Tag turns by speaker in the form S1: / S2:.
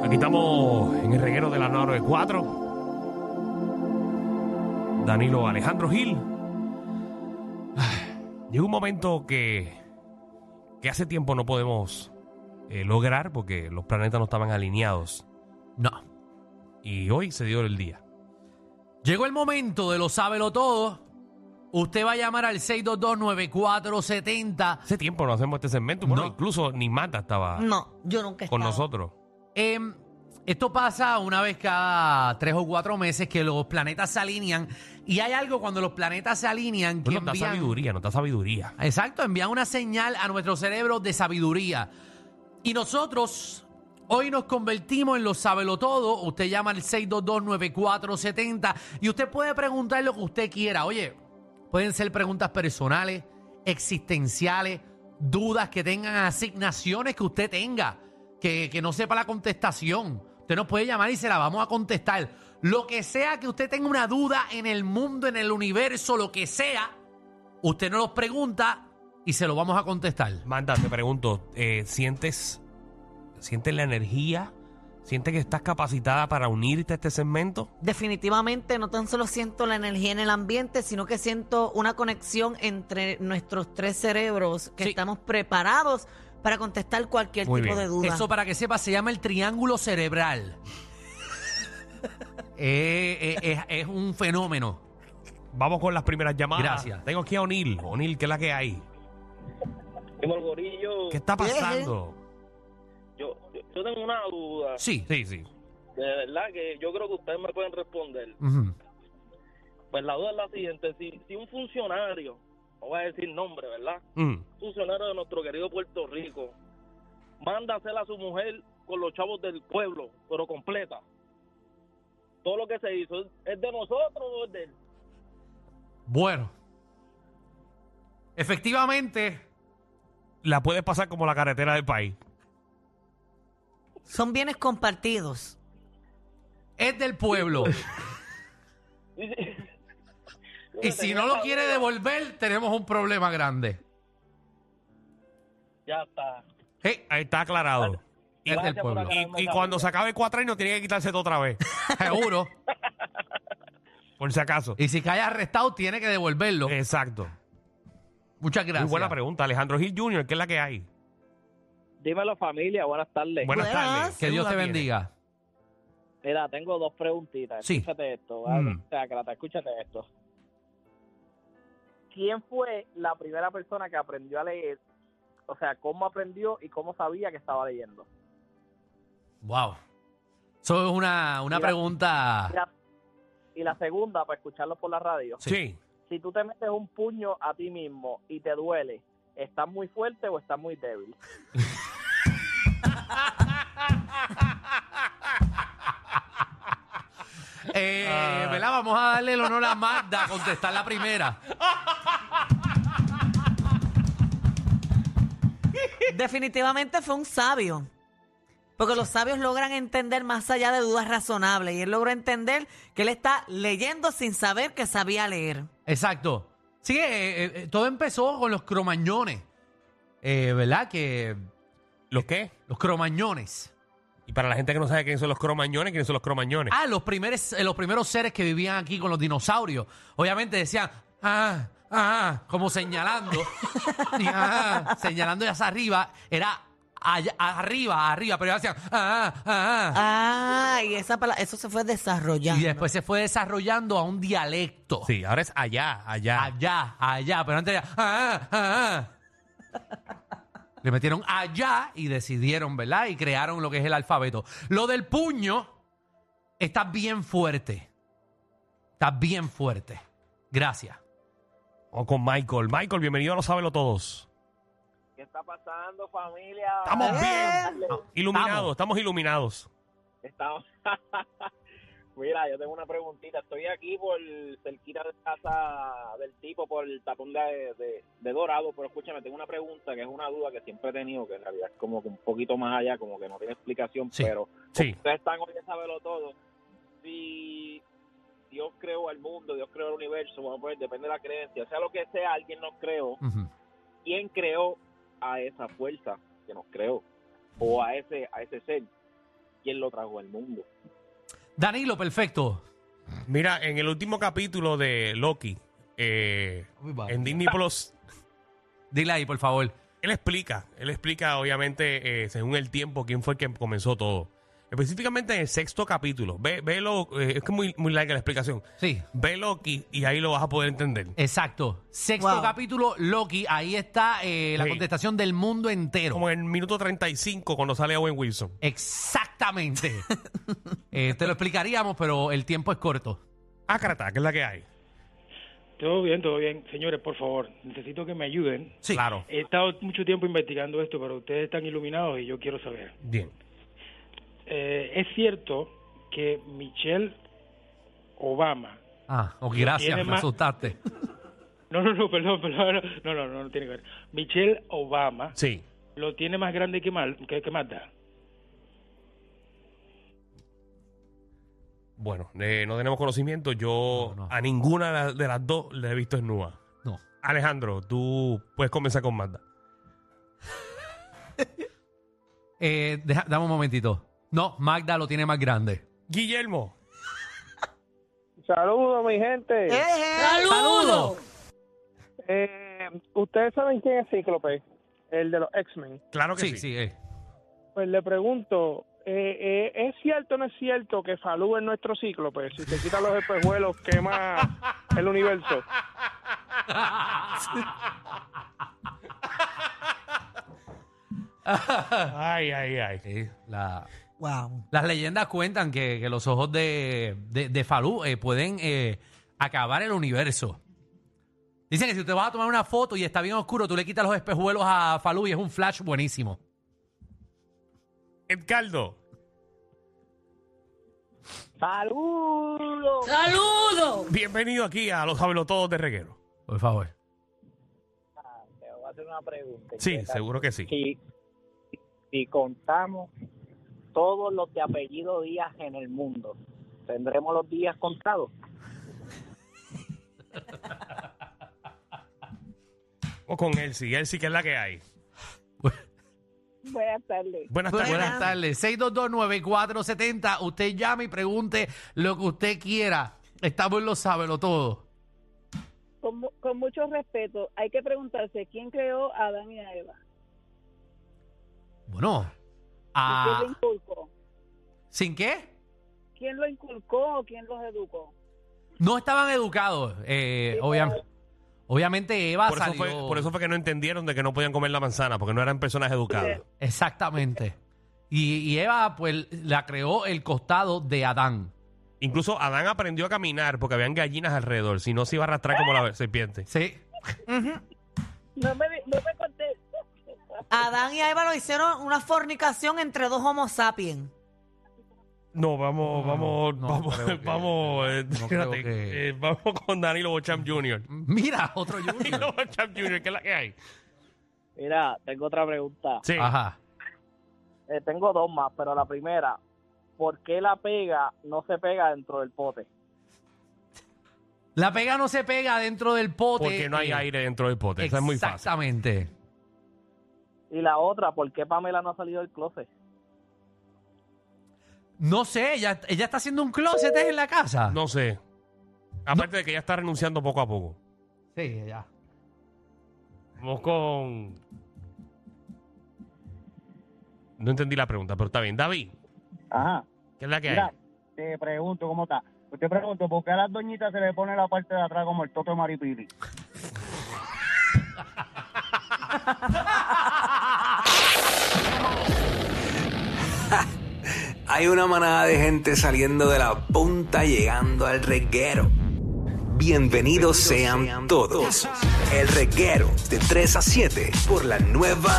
S1: Aquí estamos en el reguero de la E 994. Danilo Alejandro Gil. Ah, Llega un momento que, que hace tiempo no podemos eh, lograr porque los planetas no estaban alineados.
S2: No.
S1: Y hoy se dio el día.
S2: Llegó el momento de lo sábelo todo. Usted va a llamar al 622-9470.
S1: Hace tiempo no hacemos este segmento. Bueno,
S2: No.
S1: incluso ni Mata estaba
S3: No, yo nunca he
S1: con
S3: estado.
S1: nosotros.
S2: Em, esto pasa una vez cada tres o cuatro meses que los planetas se alinean. Y hay algo cuando los planetas se alinean que
S1: Pero nos da
S2: envían-
S1: sabiduría, nos da sabiduría.
S2: Exacto, envían una señal a nuestro cerebro de sabiduría. Y nosotros hoy nos convertimos en los sabelotodo. Usted llama al 6229470 y usted puede preguntar lo que usted quiera. Oye, pueden ser preguntas personales, existenciales, dudas que tengan, asignaciones que usted tenga, que, que no sepa la contestación. Usted nos puede llamar y se la vamos a contestar. Lo que sea que usted tenga una duda en el mundo, en el universo, lo que sea, Usted nos los pregunta y se lo vamos a contestar.
S1: Manda, te pregunto, eh, ¿sientes, ¿sientes la energía? ¿Sientes que estás capacitada para unirte a este segmento?
S3: Definitivamente no tan solo siento la energía en el ambiente, sino que siento una conexión entre nuestros tres cerebros que
S2: Sí.
S3: estamos preparados para contestar cualquier
S1: Muy
S3: tipo
S1: bien.
S3: de duda.
S2: Eso para que sepa se llama el triángulo cerebral. Eh, eh, es, es un fenómeno.
S1: Vamos con las primeras llamadas.
S2: Gracias.
S1: Tengo aquí a O'Neill. O'Neill, ¿qué es la que hay?
S4: Dímelo, Gorillo.
S1: ¿Qué está pasando?
S4: Yo, yo, yo tengo una duda.
S2: Sí.
S1: Sí, sí.
S4: De verdad que yo creo que ustedes me pueden responder.
S2: Ujú.
S4: Pues la duda es la siguiente. Si, si un funcionario, no voy a decir nombre, ¿verdad?
S1: Mm.
S4: Funcionario de nuestro querido Puerto Rico, manda a hacer a su mujer con los chavos del pueblo, pero completa. Todo lo que se hizo, ¿es- ¿es de nosotros o es de él?
S2: Bueno. Efectivamente,
S1: La puedes pasar como la carretera del país.
S3: Son bienes compartidos.
S2: es del pueblo. Y si no lo quiere devolver, tenemos un problema grande.
S4: Ya está.
S2: Eh,
S1: Ahí está aclarado.
S2: es del
S4: Gracias por
S2: pueblo.
S4: aclarar.
S1: Y, y cuando se acabe el cuatrienio, tiene que quitarse todo otra vez.
S2: Seguro.
S1: Por si acaso.
S2: Y si cae arrestado, tiene que devolverlo.
S1: Exacto.
S2: Muchas gracias.
S1: Eh, Muy buena pregunta. Alejandro Gil Jr., ¿qué es la que hay?
S4: Dímelo, familia. Buenas tardes.
S1: Buenas,
S3: Buenas.
S1: tardes.
S2: Que
S1: ¿Qué
S2: Dios
S1: duda
S2: te
S1: tiene?
S2: bendiga.
S4: Mira, tengo dos preguntitas.
S2: Sí.
S4: Escúchate esto.
S2: Mm.
S4: Escúchate, Clara, escúchate esto. ¿Quién fue la primera persona que aprendió a leer? O sea, ¿cómo aprendió y cómo sabía que estaba leyendo?
S2: Wow. Eso es una, una
S4: Mira,
S2: pregunta.
S4: Y la, y la segunda, para escucharlo por la radio.
S1: Ah. Sí.
S4: Si tú te metes un puño a ti mismo y te duele, ¿estás muy fuerte o estás muy débil?
S2: Eh,
S1: Ah.
S2: ¿verdad? Vamos a darle el honor a Magda a contestar la primera.
S3: Definitivamente fue un sabio. Porque los sabios logran entender más allá de dudas razonables. Y él logró entender que él está leyendo sin saber que sabía leer.
S2: Exacto. Sí, eh, eh, eh, todo empezó con los cromañones. Eh, ¿Verdad? Que
S1: ¿Los qué?
S2: los cromañones.
S1: Y para la gente que no sabe quiénes son los cromañones, quiénes son los cromañones.
S2: Ah, los primeros, eh, los primeros seres que vivían aquí con los dinosaurios. Obviamente decían, ah, ah, como señalando. Y, ah, señalando hacia arriba. Era allá- arriba, arriba. Pero ellos hacían, ah, ah, ah.
S3: Ah, y esa pala- eso se fue desarrollando.
S2: Y después se fue desarrollando a un dialecto.
S1: Sí, ahora es allá,
S2: Ah.
S1: allá.
S2: Allá, allá. Pero antes era. ah, ah, ah. Le metieron allá y decidieron, ¿verdad? Y crearon lo que es el alfabeto. Lo del puño está bien fuerte. Está bien fuerte. Gracias.
S1: O con Michael. Michael, bienvenido a Lo Sábelo Todos.
S4: ¿Qué está pasando, familia?
S1: Estamos
S3: Eh.
S1: bien. Iluminados,
S2: Estamos.
S1: estamos iluminados.
S4: Estamos. Mira, yo tengo una preguntita. Estoy aquí por cerquita de casa del tipo, por el tapón de, de- de Dorado, pero escúchame, tengo una pregunta que es una duda que siempre he tenido, que en realidad es como que un poquito más allá, como que no tiene explicación,
S2: Sí.
S4: pero
S1: Sí.
S4: ustedes están hoy a saberlo todo. Si Dios creó al mundo, Dios creó el universo, vamos a poner, depende de la creencia, sea lo que sea, alguien nos creó,
S2: Ujú.
S4: ¿quién creó a esa fuerza que nos creó? O a ese, a ese ser. quién lo trajo al mundo.
S2: Danilo, perfecto.
S1: Mira, en el último capítulo de Loki, eh,
S2: Uy, va.
S1: en Disney Plus,
S2: Dile ahí, por favor.
S1: él explica, él explica obviamente eh, según el tiempo quién fue el que comenzó todo. Específicamente en el sexto capítulo. Ve, velo, eh, es que es muy, muy larga la explicación.
S2: Sí.
S1: Ve Loki y ahí lo vas a poder entender.
S2: Exacto. Sexto
S3: Wow.
S2: capítulo, Loki. Ahí está eh, la
S1: Sí.
S2: contestación del mundo entero.
S1: Como en el minuto 35 cuando sale Owen Wilson.
S2: Exactamente. Eh, te lo explicaríamos, pero el tiempo es corto.
S1: Ácrata, Ah, que es la que hay.
S5: Todo bien, todo bien. Señores, por favor, necesito que me ayuden.
S2: Sí.
S1: Claro.
S5: He estado mucho tiempo investigando esto, pero ustedes están iluminados y yo quiero saber.
S1: Bien.
S5: Eh, ¿Es cierto que Michelle Obama...
S2: Ah, ok, gracias,
S5: Tiene
S2: me
S5: más-
S2: asustaste.
S5: No, no, no, perdón, perdón. No, no, no, no tiene que ver. Michelle Obama
S1: Sí.
S5: lo tiene más grande que, mal, que, que Magda.
S1: Bueno, eh, no tenemos conocimiento. Yo
S2: No, no.
S1: a ninguna de la- de las dos le he visto en nua.
S2: No.
S1: Alejandro, tú puedes comenzar con Magda.
S2: Eh, deja- dame un momentito. No, Magda lo tiene más grande.
S1: Guillermo,
S6: Saludos, mi gente.
S3: eh, ¡Saludos!
S6: Eh, Ustedes saben quién es Cíclope, el de los X-Men.
S1: claro que sí.
S2: sí, sí. eh.
S6: Pues le pregunto, eh, eh, ¿es cierto o no es cierto que Falú es nuestro Cíclope? Si te quita los espejuelos, quema el universo.
S1: Ay, ay, ay.
S2: Sí, la-
S3: Wow.
S2: las leyendas cuentan que, que los ojos de, de, de Falú eh, pueden eh, acabar el universo. Dicen que si usted vas a tomar una foto y está bien oscuro, tú le quitas los espejuelos a Falú y es un flash buenísimo.
S1: Edgardo,
S6: Saludos.
S3: ¡Saludos!
S1: bienvenido aquí a Los Todos de Reguero.
S2: Por favor.
S6: Te voy a hacer una pregunta.
S1: Sí, seguro que sí.
S6: Si, si contamos todos los de apellido Díaz en el mundo, ¿tendremos los días contados?
S1: O con Elsie. Elsie, que es la que hay.
S6: Buenas tardes.
S1: Buenas tardes.
S2: Buenas
S3: Buenas.
S2: tardes. 6229470. Usted llame y pregunte lo que usted quiera. Estamos en lo sábelo todo.
S7: con, mu- con mucho respeto, hay que preguntarse quién creó a Adán y a Eva.
S2: Bueno.
S7: ¿Quién lo
S2: ah,
S7: inculcó?
S2: ¿Sin qué?
S7: ¿Quién lo inculcó o quién los educó?
S2: No estaban educados. eh,
S7: Sí,
S2: obvia-
S7: claro.
S2: obviamente Eva
S1: Por eso,
S2: salió.
S1: fue, por eso fue que no entendieron de que no podían comer la manzana, porque no eran personas educadas.
S2: Exactamente. Y, y Eva, pues, la creó el costado de Adán.
S1: Incluso Adán aprendió a caminar porque habían gallinas alrededor, si no se iba a arrastrar como la serpiente.
S2: Sí.
S7: No me, di- no me conté.
S3: Adán y Eva lo hicieron una fornicación entre dos homo sapiens.
S1: No, vamos,
S2: No,
S1: vamos,
S2: no,
S1: vamos,
S2: creo que-
S1: vamos, eh,
S2: no creo
S1: espérate,
S2: que-
S1: eh, vamos con Danilo Bocham Jr.
S2: Mira, otro
S1: Danilo
S2: Junior.
S1: Bocham Jr., ¿qué es la que hay?
S6: Mira, tengo otra pregunta.
S1: Sí.
S2: Ajá.
S6: Eh, tengo dos más, pero la primera, ¿por qué la pega no se pega dentro del pote?
S2: La pega no se pega dentro del pote.
S1: Porque no hay
S2: eh,
S1: aire dentro del pote. Eso es muy fácil.
S2: Exactamente.
S6: Y la otra, ¿por qué Pamela no ha salido del closet?
S2: No sé, ella, ella está haciendo un closet en la casa.
S1: No sé. Aparte de que ya está renunciando poco a poco.
S2: Sí, ella.
S1: Vamos con. No entendí la pregunta, pero está bien. David,
S8: Ajá.
S1: ¿qué es la que hay?
S8: Mira, te pregunto cómo está. Pues te pregunto, ¿por qué a las doñitas se le pone la parte de atrás como el toto de Maripili?
S9: Hay una manada de gente saliendo de la punta llegando al reguero. Bienvenidos sean todos. El reguero de 3 a 7 por la nueva